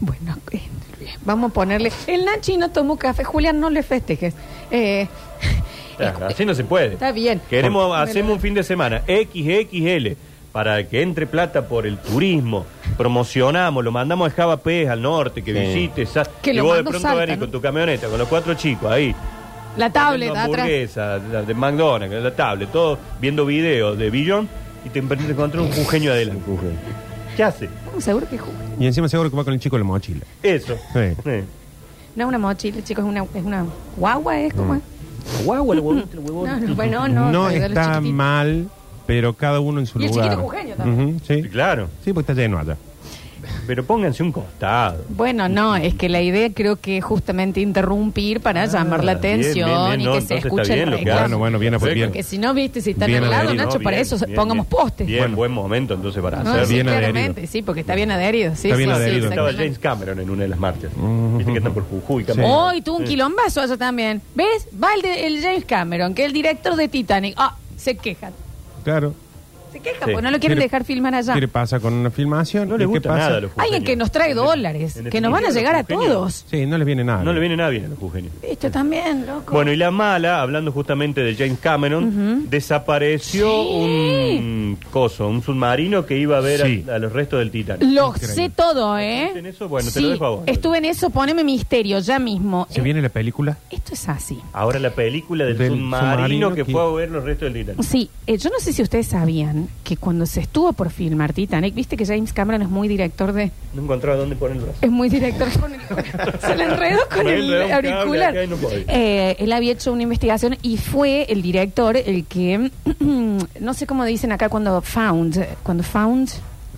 S1: Bueno, eh, vamos a ponerle. El Nachi no tomó café, Julián, no le festejes. Eh,
S3: Claro, así no se puede.
S1: Está bien.
S3: Queremos,
S1: Bueno.
S3: hacemos un fin de semana XXL para que entre plata por el turismo. Promocionamos, lo mandamos a Java Pez al norte, que
S4: Sí.
S3: visites. sa-
S1: Que
S3: y
S1: lo
S3: vos de
S1: mando
S3: pronto
S1: Salta,
S3: venís
S1: ¿no?
S3: con tu camioneta, con los cuatro chicos ahí.
S1: la tablet
S3: comiendo
S1: atrás.
S3: hamburguesa, la de McDonald's, la tablet, todo viendo videos de Billon y te empiezas a encontrar un jujeño adelante.
S4: eh.
S3: ¿Qué hace?
S1: Estamos seguros que es jugo.
S2: Y encima seguro que va con el chico en la mochila.
S3: Eso.
S2: Sí.
S3: Eh.
S1: No es una mochila, chicos, es una, es una guagua, ¿es como
S3: Mm.
S1: es?
S3: Guau, el huevón, el
S1: No,
S3: huevón.
S1: no, bueno,
S2: No,
S1: no. para los
S2: está
S1: chiquititos.
S2: mal, pero cada uno en su
S1: Y el
S2: lugar.
S1: chiquito jujeño también.
S2: Ujú, sí.
S3: Claro,
S2: sí, porque está lleno allá.
S3: pero pónganse un costado.
S1: Bueno, no, es que la idea creo que es justamente interrumpir para llamar la
S3: Ah, bien,
S1: atención
S3: bien, bien,
S1: y
S3: no,
S1: que se
S3: entonces está
S1: escuche
S3: bien
S1: el
S3: lo que
S1: reclamo.
S2: Bueno, bueno, bien,
S3: Perfecto.
S2: bien.
S1: Porque si no, viste, si están
S2: Bien
S1: al lado,
S2: adherido,
S1: Nacho,
S3: No,
S1: para
S3: bien,
S1: eso
S3: bien,
S1: pongamos
S3: bien.
S1: postes.
S3: Bien,
S2: Bueno.
S3: buen momento entonces para
S1: No,
S3: hacerlo.
S1: sí,
S2: bien adherido.
S1: claramente, sí, porque está bien adherido. Sí,
S2: Está bien
S1: sí, sí,
S2: adherido.
S3: Estaba
S1: exactamente.
S3: James Cameron en una de las marchas. Viste que están por Jujuy, Cameron.
S1: Hoy tuvo un quilombazo allá también. ¿Ves? Va el, de- el James Cameron, que es el director de Titanic. Ah, se quejan.
S2: Claro.
S1: Se quejan
S3: Sí.
S1: porque no lo quieren
S2: Quiere-
S1: dejar filmar allá.
S2: ¿Qué pasa con una filmación?
S3: No le
S2: ¿Y qué
S3: gusta
S2: pasa?
S3: nada a los jujeños.
S1: Alguien que nos trae dólares,
S3: En este
S1: que nos van a
S3: definitiva,
S1: llegar a
S3: los jujeños
S1: todos.
S2: Sí, no les viene nada.
S3: No le viene nada bien a los jujeños.
S1: Esto también, loco.
S3: Bueno, y la mala, hablando justamente de James Cameron, desapareció un coso, un submarino que iba a ver a-
S2: Sí.
S3: a, los restos del Titanic.
S1: Lo
S2: Increíble.
S1: sé todo, ¿eh?
S3: ¿En eso? Bueno, te lo
S1: Sí,
S3: dejo a vos.
S1: Estuve en eso, poneme misterio ya mismo.
S2: ¿Se
S1: Eh,
S2: viene la película?
S1: Esto es así.
S3: Ahora la película del,
S2: Del
S3: submarino,
S2: submarino
S3: que
S2: que-
S3: fue a ver los restos del Titanic.
S1: Sí, eh, yo no sé si ustedes sabían que cuando se estuvo por filmar Titanic, viste que James Cameron es muy director de.
S3: No encontraba dónde poner el brazo.
S1: Es muy director
S3: [laughs]
S1: con el- Se lo enredó con
S3: Me enredó
S1: el
S3: un cable
S1: auricular.
S3: acá y no podía.
S1: Eh, él había hecho una investigación y fue el director el que. [clears throat] no sé cómo dicen acá cuando found. Cuando found.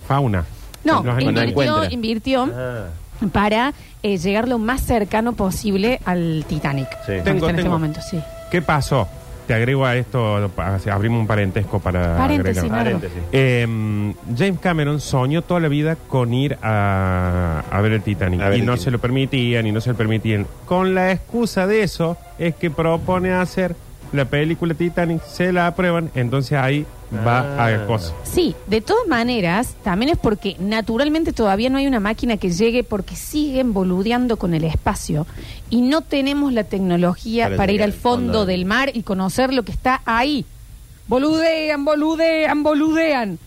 S2: Fauna.
S1: No,
S2: Los
S4: cuando
S2: animales.
S1: invirtió,
S4: encuentra.
S1: invirtió
S3: Ah,
S1: para eh, llegar lo más cercano posible al Titanic.
S3: Sí.
S1: Donde
S2: Tengo,
S1: está en este
S2: tengo.
S1: momento, sí.
S2: ¿Qué pasó? Te agrego a esto, pa- abrimos un parentesco para
S1: Paréntesis,
S2: agregar.
S1: Nardo.
S3: paréntesis.
S2: Eh, James Cameron soñó toda la vida con ir a, a ver el Titanic
S4: A ver
S2: y
S4: el
S2: no
S4: Titanic.
S2: se lo permitían y no se lo permitían. Con la excusa de eso es que propone hacer la película Titanic, se la aprueban, entonces ahí va
S3: Ah.
S2: a cosa.
S1: Sí, de todas maneras, también es porque naturalmente todavía no hay una máquina que llegue porque siguen boludeando con el espacio y no tenemos la tecnología para,
S4: Para
S1: ir
S4: llegar
S1: al fondo, del mar y conocer lo que está ahí. Boludean, boludean, boludean.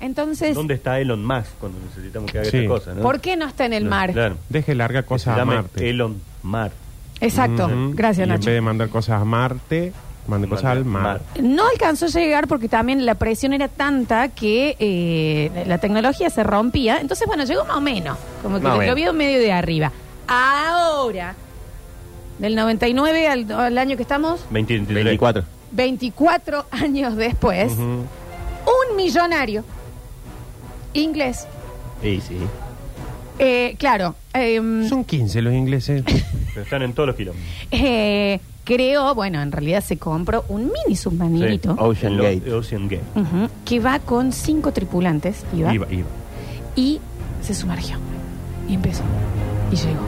S1: Entonces,
S3: Ah, ¿Dónde está Elon Musk cuando necesitamos que haga
S2: Sí.
S3: esta cosa? ¿no?
S1: ¿por qué no está en el
S3: No,
S1: mar?
S3: Claro.
S2: Deje larga
S3: Que se
S2: cosas a
S3: llame
S2: Marte.
S3: Elon Musk.
S1: Exacto.
S2: Ujú.
S1: Gracias,
S2: y En
S1: Nacho.
S2: vez de mandar cosas a Marte, manda cosas al mar.
S1: No alcanzó a llegar porque también la presión era tanta que eh, la tecnología se rompía. Entonces, bueno, llegó más o menos. Como que
S4: Más o
S1: lo,
S4: menos.
S1: vio medio de arriba. Ahora, del 99 al, al año que estamos,
S3: 23.
S4: 24.
S1: 24 años después,
S2: Ujú.
S1: un millonario inglés.
S3: Sí, sí.
S1: eh, claro. em,
S2: Son 15 los ingleses.
S3: Pero están en todos los kilómetros.
S1: eh, creó, bueno, en realidad se compró un mini submarinito
S4: Ocean
S3: El o-
S4: Gate.
S3: Ocean Gate.
S1: ujú, que va con cinco tripulantes. iba.
S2: Iba, iba.
S1: y se sumergió. Y empezó. Y llegó.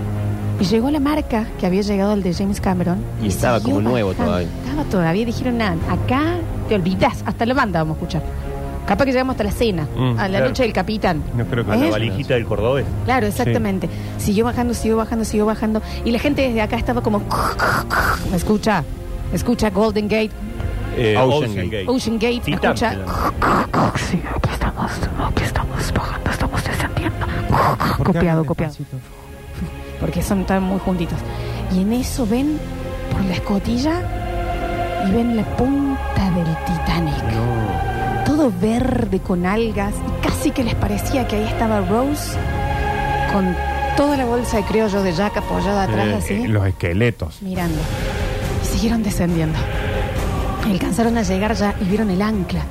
S1: Y llegó la marca que había llegado el de James Cameron.
S4: Y estaba
S1: siguió
S4: como nuevo todavía.
S1: Estaba todavía. Dijeron, nada, acá te olvidas. Hasta la banda vamos a escuchar. Capaz que llegamos hasta la cena,
S2: Mm,
S1: a la
S3: claro.
S1: noche del capitán.
S2: No creo que
S3: A la
S2: ¿Eh?
S3: valijita del cordobés.
S1: Claro, exactamente. Siguió bajando, siguió bajando, siguió bajando. Y la gente desde acá estaba como. ¿Me escucha? ¿Me escucha Golden Gate?
S3: Eh,
S4: Ocean
S3: Ocean Gate.
S1: Ocean Gate. ¿Me
S3: Titán,
S1: escucha?
S3: claro.
S1: Sí, aquí estamos, aquí estamos bajando, estamos descendiendo.
S2: ¿Por qué
S1: Copiado,
S2: hablan
S1: copiado.
S2: despacito?
S1: Porque son tan muy juntitos. Y en eso ven por la escotilla y ven la punta del Titanic. Todo verde con algas y casi que les parecía que ahí estaba Rose con toda la bolsa de criollo de Jack apoyada atrás
S2: Eh,
S1: así,
S2: eh, los esqueletos.
S1: mirando. Y siguieron descendiendo. Alcanzaron a llegar ya y vieron el ancla.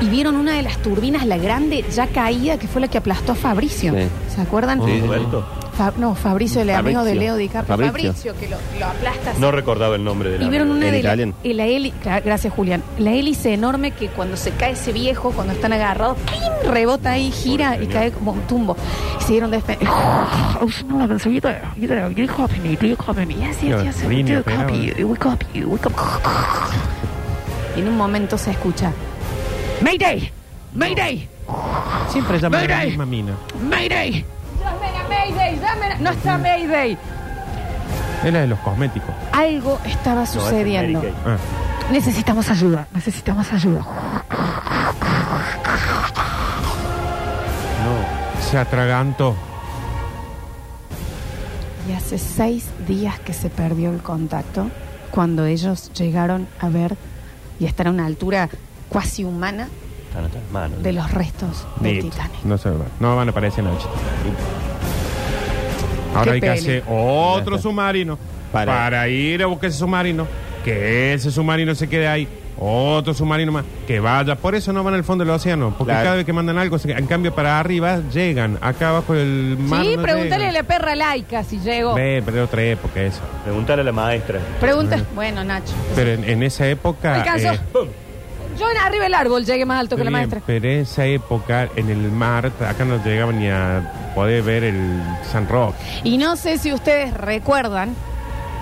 S1: Y vieron una de las turbinas, la grande, ya caída, que fue la que aplastó a Fabricio.
S4: Sí.
S1: ¿Se acuerdan?
S4: Sí.
S3: Roberto.
S1: Fa- no, Fabricio, el amigo de
S4: Fabrizio.
S1: Leo DiCaprio. Fabricio,
S4: Fabrizio.
S1: que lo, lo aplasta. así.
S3: No recordaba el nombre de la.
S1: y vieron una de
S4: El
S1: la,
S4: italiano.
S1: y la hélice, gracias Julián, la hélice enorme que cuando se cae ese viejo, cuando están agarrados, ¡pim! rebota ahí, gira y
S3: señor.
S1: cae como un tumbo. Y se dieron de este...
S2: Dios, Rini operaba.
S1: Y en un momento se escucha, ¡Mayday! ¡Mayday!
S2: Siempre llaman a la
S1: Mayday.
S2: misma mina.
S1: ¡Mayday! ¡Llamen a Mayday! ¡Llamen a... ¡No está Mayday!
S2: Es la de los cosméticos.
S1: Algo estaba
S3: No, es
S1: sucediendo.
S3: Mary Kay.
S2: Ah,
S1: Necesitamos ayuda, necesitamos ayuda.
S2: no. Se atragantó.
S1: Y hace seis días que se perdió el contacto cuando ellos llegaron a ver y estar a una altura cuasi humana
S3: Está en otras manos.
S1: de los restos del
S2: Listo.
S1: Titanic.
S2: No se va. No van a aparecer en la noche. Ahora hay que
S1: peli.
S2: hacer otro
S4: Ya está.
S2: submarino para.
S4: Para.
S2: ir a buscar ese submarino. Que ese submarino se quede ahí. Otro submarino más. Que vaya. Por eso no van al fondo del océano. Porque
S4: Claro.
S2: cada vez que mandan algo, se- en cambio para arriba llegan. Acá abajo del mar.
S1: sí,
S2: no
S1: pregúntale a
S2: llegan.
S1: la perra laica si llego.
S2: Ve, pero otra época eso.
S3: Preguntale a la maestra.
S1: Pregunta. Bueno, Nacho.
S2: Pero en, en esa época.
S1: Alcanzó.
S2: eh,
S3: ¡Pum!
S1: Yo en arriba del árbol llegué más alto que la
S2: Bien,
S1: maestra.
S2: Pero en esa época, en el mar, acá no llegaba ni a poder ver el San Roque.
S1: Y no sé si ustedes recuerdan,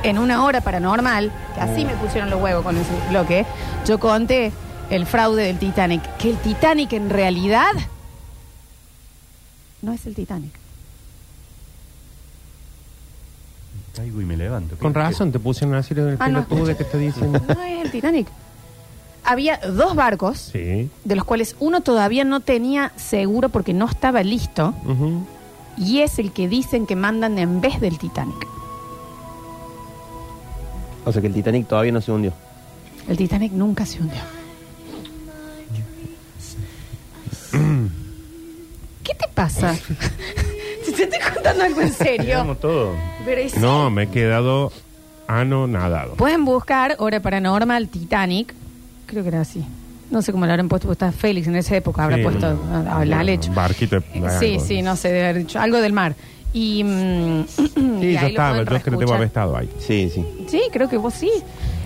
S1: en una hora paranormal, que así me pusieron los huevos con ese bloque, yo conté el fraude del Titanic. Que el Titanic en realidad no es el Titanic.
S3: Caigo y me levanto.
S2: Con razón te pusieron así el
S1: Ah, no.
S2: pelotudo que te dicen.
S1: [laughs] No es el Titanic. Había dos barcos,
S2: sí.
S1: de los cuales uno todavía no tenía seguro porque no estaba listo,
S2: Ujú.
S1: y es el que dicen que mandan en vez del Titanic.
S4: O sea que el Titanic todavía no se hundió.
S1: El Titanic nunca se hundió. ¿Qué te pasa? [laughs] te estoy contando algo en serio.
S3: Digamos todo.
S1: Pero es-
S2: No, me he quedado ano nadado.
S1: Pueden buscar Hora Paranormal Titanic. Creo que era así. No sé cómo lo habrán puesto, porque está Félix en esa época, habrá
S2: Sí,
S1: puesto
S2: no.
S1: ah, ah, la leche.
S2: Barquito de-
S1: Eh, Sí,
S2: algo.
S1: sí, no sé, debe haber dicho algo del mar. Y, mm, [clears throat] y
S2: Sí, yo
S1: ahí lo
S2: estaba,
S1: pueden
S2: yo creo que debo
S1: reescuchar.
S2: haber estado ahí.
S4: Sí, sí.
S1: Sí, creo que vos sí.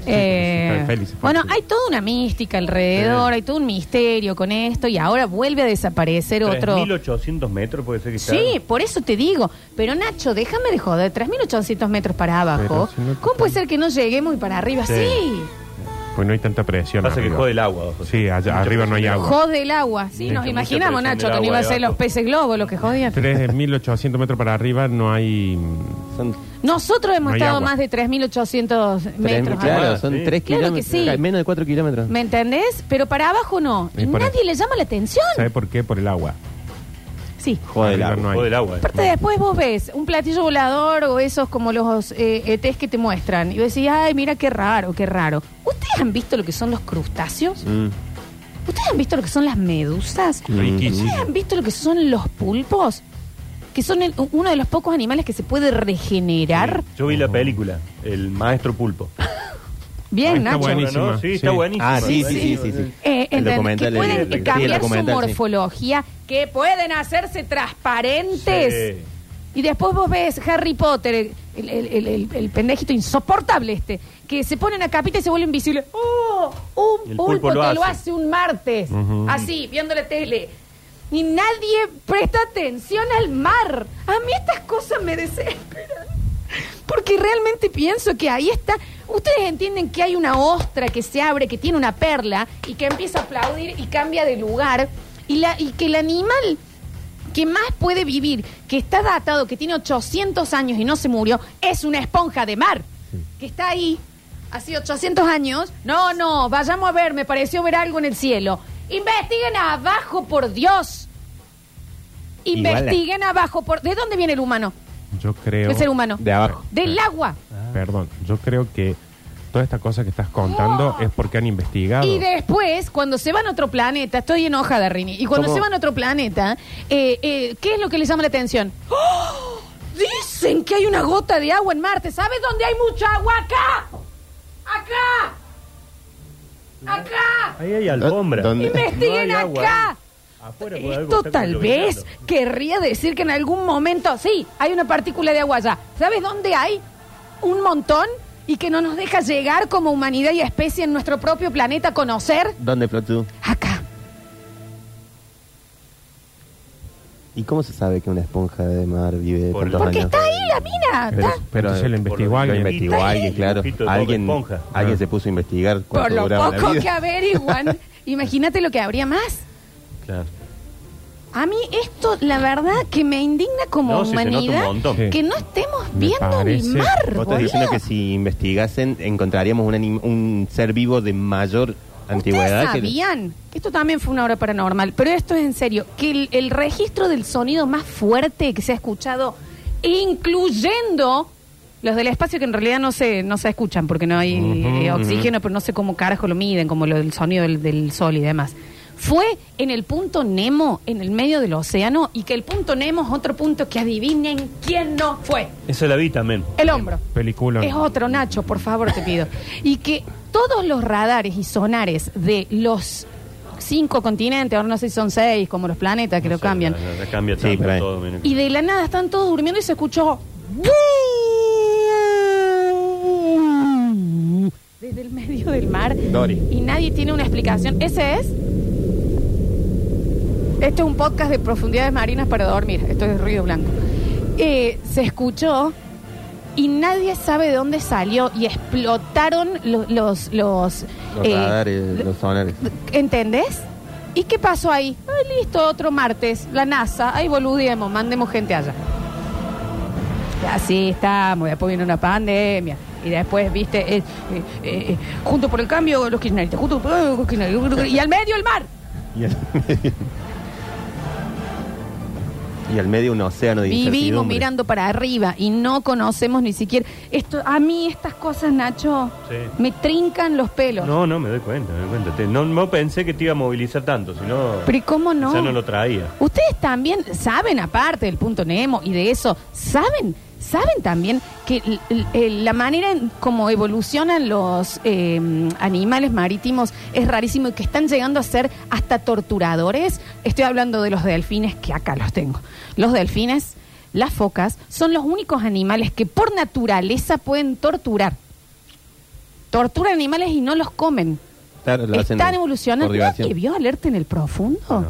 S1: Eh,
S2: está feliz, está
S1: bueno,
S2: feliz.
S1: hay toda una mística alrededor, hay todo un misterio con esto y ahora vuelve a desaparecer otro.
S3: 1800 metros puede ser que sea.
S1: Sí, por eso te digo. Pero Nacho, déjame de joder, 3.800 metros para abajo.
S2: Pero si no te-
S1: ¿Cómo puede ser que no lleguemos y para arriba? Sí.
S3: Sí.
S2: Pues no hay tanta presión.
S3: Pasa que
S2: arriba.
S3: jode el agua. José.
S2: Sí, allá arriba no hay agua.
S1: Jode el agua. Sí,
S3: Mucha,
S1: nos
S3: mucha
S1: imaginamos,
S3: presión
S1: Nacho,
S3: del
S1: que no
S3: agua
S1: iba a ser
S3: debajo.
S1: los peces globos los que jodían.
S2: 3.800 metros para arriba no hay...
S4: Son
S1: Nosotros hemos
S2: No hay
S1: estado
S2: agua.
S1: más de 3.800
S4: tres,
S1: metros. abajo.
S4: claro,
S3: abajo.
S4: son
S3: Sí.
S4: tres
S1: Claro que
S4: kilómetros.
S1: sí.
S4: ca- Menos de cuatro kilómetros.
S1: ¿Me entendés? Pero para abajo no.
S2: Y
S1: Y
S2: para-
S1: nadie le llama la atención.
S2: ¿Sabe por qué? Por el agua.
S1: Sí.
S4: Joder,
S2: Arriba
S4: agua.
S2: no hay.
S3: Jode el agua.
S1: Aparte después vos ves un platillo volador o esos como los eh, ETs que te muestran y vos decís, ay, mira qué raro, qué raro. ¿Ustedes han visto lo que son los crustáceos?
S4: Mm.
S1: ¿Ustedes han visto lo que son las medusas?
S2: Riquísimo.
S1: ¿Ustedes han visto lo que son los pulpos? Que son el- uno de los pocos animales que se puede regenerar.
S3: Yo vi la película, El Maestro Pulpo.
S1: Bien,
S2: Ah, está
S1: Nacho.
S2: buenísimo. Buenísima,
S3: ¿No? Sí,
S2: sí.
S3: está buenísimo.
S4: Ah, sí, sí, sí, sí. sí.
S1: Eh,
S4: El
S1: ¿entendés? que
S4: documental, el-
S1: pueden
S4: el- sí, el
S1: cambiar su
S4: documental, sí.
S1: morfología, que pueden hacerse transparentes.
S3: Sí.
S1: Y después vos ves Harry Potter, el, el- el- el- el pendejito insoportable este, que se pone una capita y se vuelve invisible. ¡Oh! Un
S3: El
S1: pulpo,
S3: pulpo lo
S1: que
S3: hace.
S1: lo hace un martes, así, viendo la tele. Y nadie presta atención al mar. A mí estas cosas me desesperan. Porque realmente pienso que ahí está. Ustedes entienden que hay una ostra que se abre, que tiene una perla y que empieza a aplaudir y cambia de lugar. Y, la, y que el animal que más puede vivir, que está datado, que tiene 800 años y no se murió, es una esponja de mar, que está ahí hace 800 años. No, no, vayamos a ver, me pareció ver algo en el cielo. Investiguen abajo, por Dios.
S4: Igual-
S1: Investiguen abajo, por... ¿De dónde viene el humano?
S2: Yo creo.
S1: El ser humano.
S4: De abajo.
S1: Del agua.
S2: Perdón, yo creo que toda esta cosa que estás contando es porque han investigado.
S1: Oh. Y después, cuando se van a otro planeta, estoy enojada, Rini. Y cuando
S4: ¿Cómo?
S1: se van a otro planeta, eh, eh, ¿qué es lo que les llama la atención? ¡Oh! Dicen que hay una gota de agua en Marte. ¿Sabes dónde hay mucha agua? ¡Acá! ¡Acá! ¡Acá!
S3: Ahí hay alfombra.
S4: ¿Dónde?
S1: ¡Investiguen
S3: No hay agua,
S1: acá!
S3: ¿eh? Afuera por algo
S1: Esto
S3: está
S1: tal vez
S3: contaminando.
S1: querría decir que en algún momento, sí, hay una partícula de agua allá. ¿Sabes dónde hay? Un montón y que no nos deja llegar como humanidad y especie en nuestro propio planeta a conocer.
S4: ¿Dónde, Plotú?
S1: Acá.
S4: ¿Y cómo se sabe que una esponja de mar vive
S3: Por-
S4: tantos
S1: Porque
S4: años?
S1: está ahí la mina.
S2: Pero-
S1: está-
S2: pero se lo
S3: por
S2: investigó
S3: lo-
S2: alguien.
S4: Lo investigó
S1: Está ahí.
S4: alguien, claro.
S3: Dibujito de Bob
S4: Alguien,
S3: Esponja.
S4: alguien
S2: Ah.
S4: se puso a investigar
S1: Por
S4: cuánto
S1: lo
S4: duraba la
S1: poco
S4: vida.
S1: que
S4: [laughs]
S1: averiguan, imagínate lo que habría más.
S3: Claro.
S1: A mí esto, la verdad, que me indigna como
S3: No, sí, se nota un
S1: humanidad
S3: montón.
S1: que no estemos
S2: Me
S1: viendo el
S2: parece.
S1: mar.
S4: Vos estás diciendo
S1: boluda.
S4: que si investigasen encontraríamos un, anim- un ser vivo de mayor antigüedad.
S1: Ustedes
S4: que-
S1: sabían, esto también fue una hora paranormal, pero esto es en serio, que el, el registro del sonido más fuerte que se ha escuchado, e incluyendo los del espacio que en realidad no se, no se escuchan porque no hay eh, oxígeno, pero no sé cómo carajo lo miden, como lo del sonido del, del sol y demás. Fue en el punto Nemo, en el medio del océano, y que el punto Nemo es otro punto que adivinen quién no fue.
S3: Esa la vi también.
S1: El hombro.
S2: Película.
S1: Es otro, Nacho, por favor, te pido. Y que todos los radares y sonares de los cinco continentes, ahora no sé si son seis, como los planetas que
S3: No
S1: lo
S3: sé,
S1: cambian,
S3: Ya, ya- ya cambia
S4: Sí,
S3: tanto
S4: por ahí.
S3: todo. miren.
S1: y de la nada están todos durmiendo y se escuchó. Desde el medio del mar.
S4: Dory.
S1: Y nadie tiene una explicación. Ese es. Este es un podcast de profundidades marinas para dormir. Esto es ruido blanco. Eh, se escuchó y nadie sabe de dónde salió y explotaron lo- los. Los,
S4: Los
S1: eh,
S4: radares, los sonares.
S1: ¿Entendés? ¿Y qué pasó ahí? Ay, listo, otro martes, la NASA, ahí boludiemos, mandemos gente allá. Y Así estamos, después viene una pandemia. Y después, viste, eh, eh, eh, junto por el cambio, los kirchneristas, junto por eh, los kirchneristas, y al medio el mar.
S4: Y al medio, y al medio un océano de
S1: Vivimos
S4: incertidumbre.
S1: mirando para arriba y no conocemos ni siquiera. Esto, a mí estas cosas, Nacho,
S3: Sí.
S1: me trincan los pelos.
S3: No, no, me doy cuenta, me doy cuenta. Te- No, no pensé que te iba a movilizar tanto, sino.
S1: Pero ¿y cómo no?
S3: Ya no lo traía.
S1: Ustedes también saben, aparte del punto Nemo y de eso, saben, saben también que l- l- eh, la manera en cómo evolucionan los eh, animales marítimos es rarísimo y que están llegando a ser hasta torturadores. Estoy hablando de los delfines, que acá los tengo. Los delfines, las focas, son los únicos animales que por naturaleza pueden torturar. Torturan animales y no los comen.
S4: Claro, lo hacen
S1: Están
S4: por
S1: evolucionando.
S4: diversión. Ah,
S1: ¿Nadie vio alerta en el profundo?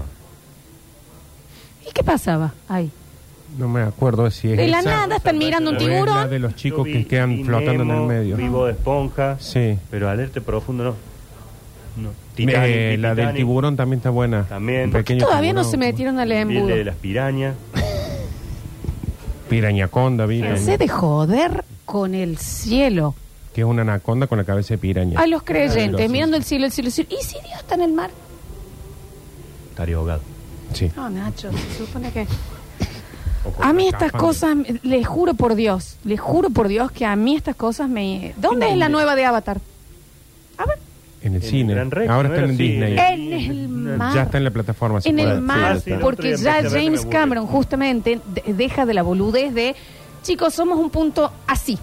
S1: ¿Y qué pasaba ahí?
S2: No me acuerdo si es.
S1: De la
S2: esa
S1: nada están mirando un
S2: o es la
S1: tiburón.
S2: de los chicos
S3: Yo vi
S2: que quedan
S3: y
S2: flotando en el
S3: Nemo,
S2: medio.
S3: Vivo de esponja.
S2: Sí.
S3: Pero alerte profundo no. No.
S2: Eh,
S3: Titanic,
S2: la del
S3: Titanic,
S2: tiburón también está buena.
S3: También.
S2: Un
S3: ¿Por
S1: Que
S2: pequeño
S1: todavía no
S2: tiburón.
S1: se metieron al
S3: vi el
S1: embudo.
S3: de las pirañas.
S2: Pirañaconda, miren.
S1: Se de joder con el cielo.
S2: Que es una anaconda con la cabeza de piraña.
S1: A los
S2: Claro, sí.
S1: creyentes, mirando el cielo, el cielo, el cielo. ¿Y si Dios está en el mar?
S3: Estaría ahogado.
S2: Sí.
S1: No, Nacho, se supone que...
S2: O con
S1: A mí
S2: la
S1: estas
S2: capa.
S1: cosas, les juro por Dios, les juro por Dios que a mí estas cosas me... ¿Dónde es la nueva de Avatar? A ver,
S2: En el
S3: En
S2: cine.
S3: Gran Rex,
S2: Ahora
S3: ¿no
S2: están
S3: era
S2: en
S3: así?
S2: Disney.
S3: Eh,
S1: en el
S2: Ya
S1: mar.
S2: está en la plataforma. se
S1: ah. en
S2: puede.
S1: el
S4: sí,
S1: mar,
S4: sí, el otro día
S1: porque
S3: empecé
S1: ya
S3: a ver que me
S1: James
S3: aburre.
S1: Cameron justamente de- deja de la boludez de, chicos, somos un punto así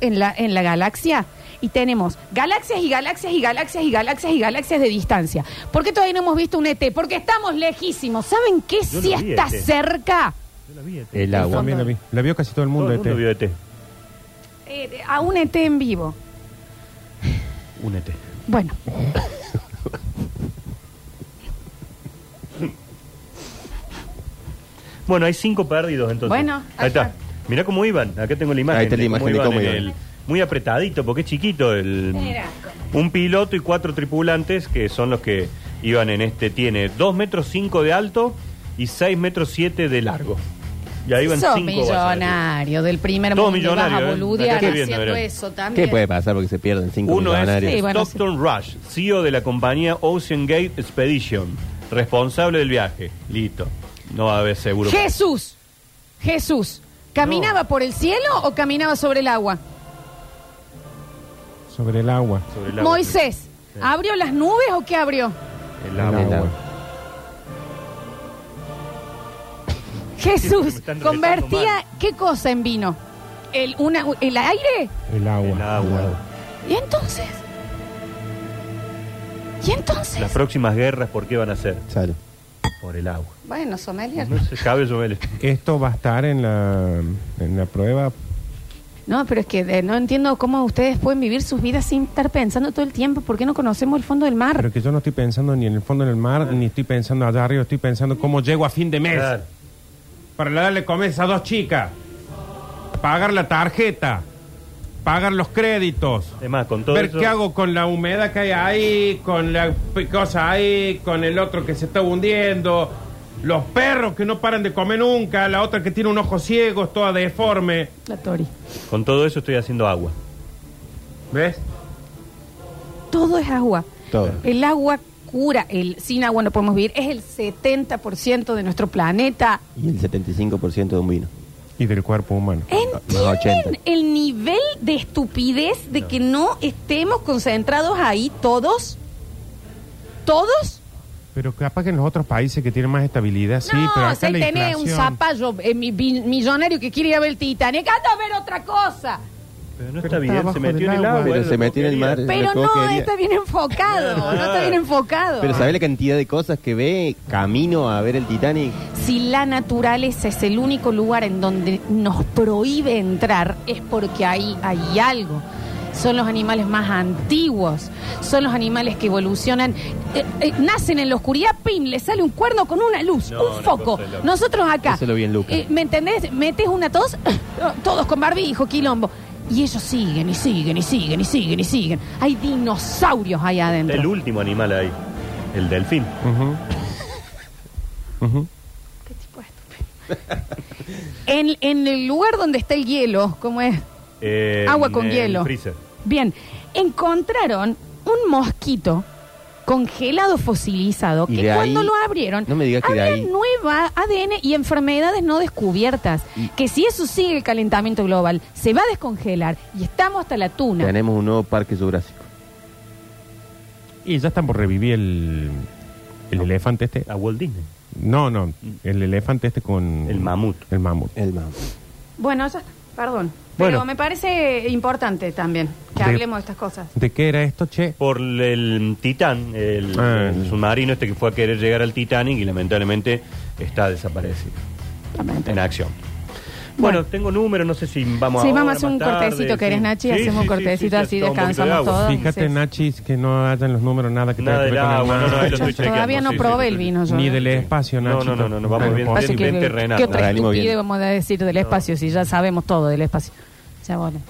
S1: en la, en la galaxia y tenemos galaxias y galaxias y galaxias y galaxias y galaxias de distancia. ¿Por qué todavía no hemos visto un ET? Porque estamos lejísimos. ¿Saben qué?
S3: Yo
S1: Si
S3: lo vi, E
S1: está
S3: ET.
S1: cerca.
S3: Yo la vi, ET.
S4: El
S2: Yo
S4: agua.
S2: También la vi. La vio casi todo el mundo. este,
S3: Todo el mundo
S2: ET.
S3: vio ET.
S1: eh, de- a un ET en vivo.
S3: Un
S4: E
S3: ET.
S1: Bueno.
S3: Bueno, hay cinco perdidos entonces.
S1: Bueno,
S3: ahí
S1: ahí
S3: está.
S1: está.
S3: Mirá cómo iban. Acá tengo la imagen.
S4: Ahí está la
S3: de cómo
S4: imagen de
S3: iban
S4: cómo
S3: en
S4: iban.
S3: el- muy apretadito, porque es chiquito el.
S1: Mira.
S3: Un piloto y cuatro tripulantes que son los que iban en este, tiene 2 metros 5 de alto y 6 metros 7 de largo. Y ahí van
S1: Sos
S3: 5
S1: millonario del primer
S3: Todo
S1: mundo. Vas a
S3: millonario, ¿eh?
S1: boludear
S3: Acá estoy viendo,
S1: haciendo
S3: verá.
S1: eso también.
S4: ¿Qué puede pasar porque se pierden cinco
S3: Uno es
S4: millonarios?
S1: Sí, bueno,
S3: Stockton Rush, CEO de la compañía Ocean Gate Expedition, responsable del viaje. Listo. No va a haber seguro.
S1: Jesús, Jesús, ¿caminaba por el cielo o caminaba sobre el agua?
S2: Sobre el agua.
S3: sobre el agua.
S1: Moisés, ¿abrió las nubes o qué abrió?
S3: El agua.
S4: El agua.
S3: me
S1: Jesús
S3: están retando mal.
S1: convertía qué cosa en vino? ¿El, una- el aire?
S2: El agua.
S3: El agua.
S1: ¿Y entonces? ¿Y entonces?
S3: Las próximas guerras, ¿por qué van a ser?
S4: Claro.
S3: Por el agua.
S1: Bueno, sommelier.
S3: No se cabe sobre el-
S2: Esto va a estar en la, en la prueba.
S1: No, pero es que eh, no entiendo cómo ustedes pueden vivir sus vidas sin estar pensando todo el tiempo. ¿Por qué no conocemos el fondo del mar?
S2: Pero que yo no estoy pensando ni en el fondo del mar, ni estoy pensando allá arriba, estoy pensando cómo llego a fin de mes.
S3: Claro.
S2: Para darle comer a dos chicas. Pagar la tarjeta. Pagar los créditos.
S3: Es más, con todo
S2: Ver
S3: eso-
S2: qué hago con la humedad que hay ahí, con la p- cosa ahí, con el otro que se está hundiendo, los perros que no paran de comer nunca, la otra que tiene un ojo ciego, es toda deforme.
S1: La Tori.
S3: Con todo eso estoy haciendo agua.
S2: ¿Ves?
S1: Todo es agua.
S4: Todo.
S1: El agua cura. El, sin agua no podemos vivir. Es el 70% de nuestro planeta.
S4: Y el 75% de un vino.
S2: Y del cuerpo humano.
S4: Ah, Los 80.
S1: ¿Entienden el nivel de estupidez de que no estemos concentrados ahí todos? ¿Todos?
S2: Pero capaz que en los otros países que tienen más estabilidad, sí, pero
S1: no,
S2: acá
S1: se
S2: la
S1: tiene un
S2: inflación-
S1: zapallo eh, mi- bi- millonario que quiere ir a ver el Titanic. Anda a ver otra cosa.
S3: Pero no
S2: Pero
S3: está
S2: está
S3: bien,
S2: abajo
S3: se metió en
S2: del
S3: el
S2: agua.
S3: agua.
S4: Pero se
S3: era lo que
S4: metió en el
S3: quería.
S4: mar.
S1: Pero
S4: lo que vos
S1: no
S4: querías.
S1: está bien enfocado. [laughs] No está bien enfocado.
S4: Pero ¿sabés la cantidad de cosas que ve camino a ver el Titanic?
S1: Si la naturaleza es el único lugar en donde nos prohíbe entrar, es porque ahí hay algo. Son los animales más antiguos, son los animales que evolucionan, eh, eh, nacen en la oscuridad, pim, le sale un cuerno con una luz,
S3: No,
S1: un
S3: una
S1: foco.
S3: cosa de loco.
S1: Nosotros acá,
S4: Eso lo vi en Luca.
S1: eh, ¿me entendés? Metes una tos, [coughs] todos con barbijo, quilombo. Y ellos siguen y siguen y siguen y siguen y siguen. Hay dinosaurios ahí
S3: Está el
S1: adentro.
S3: último animal ahí, el delfín.
S2: Ujú. Ujú.
S1: En, en el lugar donde está el hielo, ¿cómo es?
S3: Eh,
S1: Agua con
S3: en el
S1: hielo.
S3: freezer.
S1: Bien, encontraron un mosquito congelado fosilizado
S4: Y
S1: que
S4: de
S1: cuando
S4: ahí-
S1: lo abrieron
S4: no me digas que de
S1: había
S4: ahí-
S1: nueva ADN y enfermedades no descubiertas que si eso sigue el calentamiento global se va a descongelar y estamos hasta la tuna
S4: Tenemos un nuevo parque jurásico.
S2: Y ya están por revivir el, el elefante este.
S3: A Walt Disney.
S2: No, no, el elefante este con...
S3: El mamut.
S2: El mamut.
S4: El mamut.
S1: bueno ya está, perdón
S3: Bueno.
S1: pero me parece importante también que
S2: De-
S1: hablemos de estas cosas
S2: ¿De qué era esto, che?
S3: Por el Titán, el,
S2: Ah.
S3: el submarino este que fue a querer llegar al Titanic y lamentablemente está desaparecido en acción. Bueno, tengo números, no sé si vamos
S1: Sí,
S3: ahora,
S1: vamos a hacer
S3: más
S1: un
S3: tarde,
S1: cortecito, ¿querés,
S3: sí.
S1: Nachi?
S3: Sí,
S1: Hacemos un
S3: sí, sí,
S1: cortecito
S3: sí,
S1: así,
S3: hacemos un poquito de
S1: descansamos
S3: agua.
S1: todos.
S2: Fíjate,
S1: sí.
S2: Nachis, que no hayan los números, nada que tenga que
S3: Nada del
S2: ver con el
S3: agua,
S2: mar,
S3: no, no, ahí lo estoy
S1: Yo todavía
S3: chequeando,
S1: no
S3: sí,
S1: probé
S3: sí,
S1: el
S3: sí.
S1: vino yo,
S2: Ni
S1: ¿eh?
S2: del espacio,
S3: No,
S2: Nachito.
S3: no, no, no, no, vamos
S2: Pero
S3: bien,
S2: por
S1: Pasa
S3: bien,
S2: sí.
S1: que,
S3: terrenal.
S1: ¿Qué otra
S4: Venimos bien.
S1: estupidez vamos a decir del espacio si ya sabemos todo del espacio? Ya bueno.